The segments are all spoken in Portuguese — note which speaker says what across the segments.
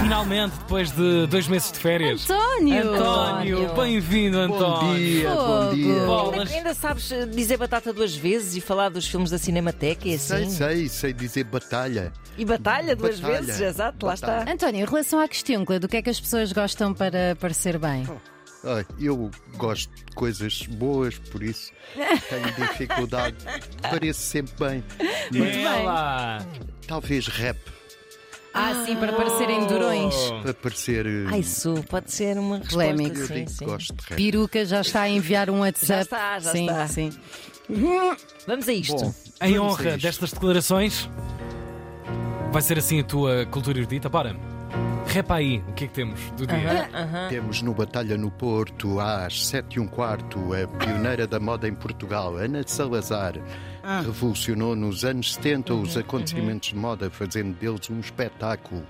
Speaker 1: Finalmente, depois de dois meses de férias.
Speaker 2: António!
Speaker 1: António, bem-vindo,
Speaker 3: Bom
Speaker 1: António.
Speaker 3: dia, bom dia.
Speaker 1: Bom,
Speaker 4: Ainda,
Speaker 1: Bolas.
Speaker 4: ainda sabes eh, dizer batata duas vezes e falar dos filmes da Cinemateca e
Speaker 3: Sei,
Speaker 4: assim?
Speaker 3: sei, sei dizer batalha.
Speaker 4: E batalha duas
Speaker 3: Batalha.
Speaker 4: vezes, exato, lá está.
Speaker 3: Batalha.
Speaker 2: António, em relação à questão, do que é que as pessoas gostam para parecer bem?
Speaker 3: Ah, eu gosto de coisas boas, por isso tenho dificuldade. Pareço sempre bem. Mas
Speaker 1: É lá.
Speaker 3: talvez rap
Speaker 2: Ah, sim, para parecerem durões.
Speaker 3: para parecer. eh,
Speaker 4: Ah, isso pode ser uma
Speaker 2: Polémico.
Speaker 3: eu
Speaker 4: resposta. Sim,
Speaker 3: digo que
Speaker 4: sim.
Speaker 3: gosto de rap.
Speaker 2: Peruca já está a enviar um WhatsApp.
Speaker 4: Já está, já
Speaker 2: sim,
Speaker 4: está.
Speaker 2: Sim,
Speaker 4: Vamos a isto.
Speaker 3: Bom,
Speaker 1: Em
Speaker 3: vamos a
Speaker 1: honra
Speaker 3: isto.
Speaker 1: destas declarações, vai ser assim a tua cultura erudita. Para, repa aí o que é que temos do dia.
Speaker 3: Temos no Batalha no Porto, às 7 e um quarto, a pioneira da moda em Portugal, Ana Salazar. Ah. Revolucionou nos anos 70 os acontecimentos de moda, fazendo deles um espetáculo.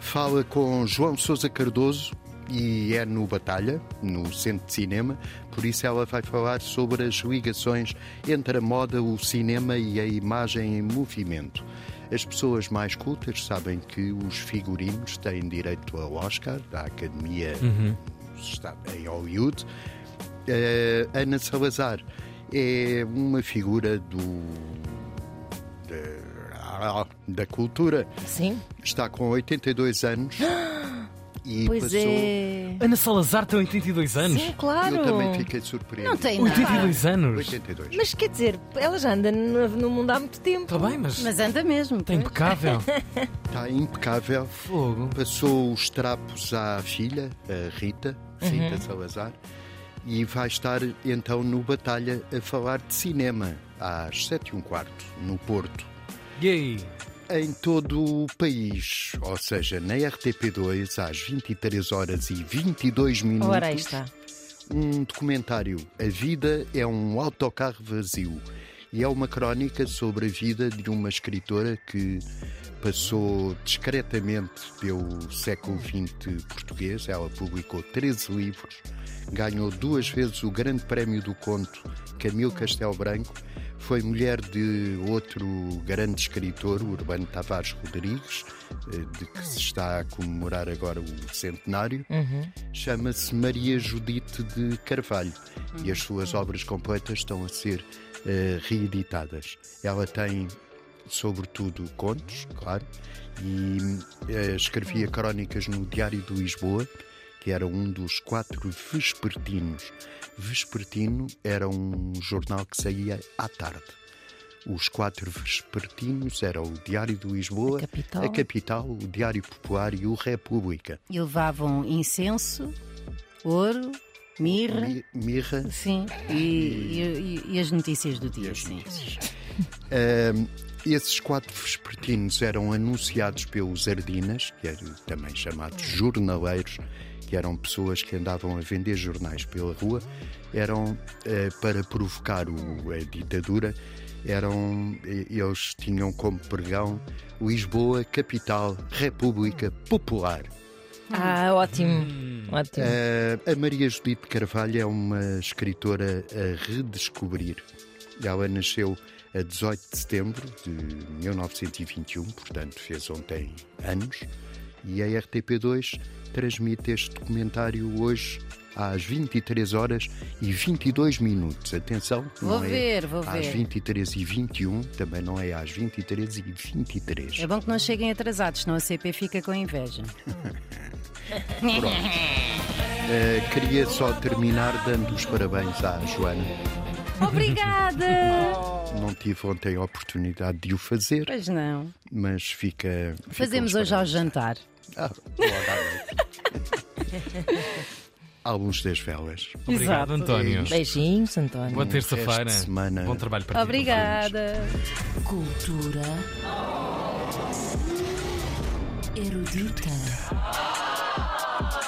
Speaker 3: Fala com João Sousa Cardoso e é no Batalha, no Centro de Cinema, por isso ela vai falar sobre as ligações entre a moda, o cinema e a imagem em movimento. As pessoas mais cultas sabem que os figurinos têm direito ao Oscar, da Academia está em Hollywood. Eh, Ana Salazar é uma figura do. da- da cultura
Speaker 4: Sim,
Speaker 3: está com 82 anos e
Speaker 4: pois
Speaker 3: passou.
Speaker 4: é.
Speaker 1: Ana Salazar tem 82 anos.
Speaker 4: Sim, Ah. claro.
Speaker 3: Eu também fiquei surpreendido.
Speaker 2: Não tem nada.
Speaker 1: 82 anos.
Speaker 3: 82.
Speaker 4: Mas quer dizer, ela já anda no, no mundo há muito tempo.
Speaker 1: Está Tá bem, mas
Speaker 2: Mas anda mesmo.
Speaker 1: está impecável.
Speaker 3: Está impecável.
Speaker 1: Fogo.
Speaker 3: Passou os trapos à filha, a Rita,
Speaker 4: Uhum.
Speaker 3: Rita Salazar, e vai estar então no Batalha a falar de cinema às 7 e um quarto, no Porto.
Speaker 1: E aí?
Speaker 3: Em todo o país, ou seja, na RTP2, às 23 horas e 22 minutos.
Speaker 4: Ora, aí está.
Speaker 3: um documentário. A vida é um autocarro vazio. E é uma crónica sobre a vida de uma escritora que passou discretamente pelo século XX português. Ela publicou 13 livros, ganhou duas vezes o Grande Prémio do Conto Camilo Castelo Branco, foi mulher de outro grande escritor, Urbano Tavares Rodrigues, eh, de que se está a comemorar agora o centenário chama-se Maria Judite de Carvalho e as
Speaker 2: Uhum.
Speaker 3: suas obras completas estão a ser eh, reeditadas. Ela tem, sobretudo, contos, claro, e eh, escrevia crónicas no Diário de Lisboa, que era um dos quatro vespertinos. Vespertino era um jornal que saía à tarde. Os quatro vespertinos eram o Diário de Lisboa,
Speaker 2: A Capital.
Speaker 3: a Capital o Diário Popular e o República.
Speaker 2: E levavam incenso, ouro, mirra.
Speaker 3: Mi- Mirra,
Speaker 2: Sim, e, e- e- e as notícias do dia, sim.
Speaker 3: Ahm, esses quatro vespertinos eram anunciados pelos Ardinas, que eram também chamados jornaleiros, que eram pessoas que andavam a vender jornais pela rua, eram eh, para provocar o- a ditadura, eram eh, eles tinham como pregão Lisboa, capital, República Popular. Hum.
Speaker 4: Ah, ótimo. Ótimo.
Speaker 3: Eh, a Maria Judite Carvalho é uma escritora a redescobrir. Ela nasceu a 18 de setembro de 1921, portanto fez ontem anos, e a RTP2 transmite este documentário hoje às 23 horas e 22 minutos. Atenção,
Speaker 2: Vou
Speaker 3: não é
Speaker 2: ver, vou
Speaker 3: às
Speaker 2: ver.
Speaker 3: 23 e 21, também não é às 23 e 23.
Speaker 2: É bom que não cheguem atrasados, senão a CP fica com inveja.
Speaker 3: Eh, queria só terminar dando os parabéns à Joana.
Speaker 2: Obrigada!
Speaker 3: Não tive ontem a oportunidade de o fazer,
Speaker 2: Pois não.
Speaker 3: mas fica. um
Speaker 2: Fazemos
Speaker 3: ficam os
Speaker 2: hoje ao
Speaker 3: parabéns.
Speaker 2: jantar.
Speaker 3: Ah, logo à noite. À luz das velas.
Speaker 2: Exato.
Speaker 1: Obrigado, António.
Speaker 4: Beijinhos, António.
Speaker 1: Boa terça-feira.
Speaker 3: resto de semana.
Speaker 1: Bom trabalho para ti.
Speaker 2: Obrigada!
Speaker 5: Cultura erudita.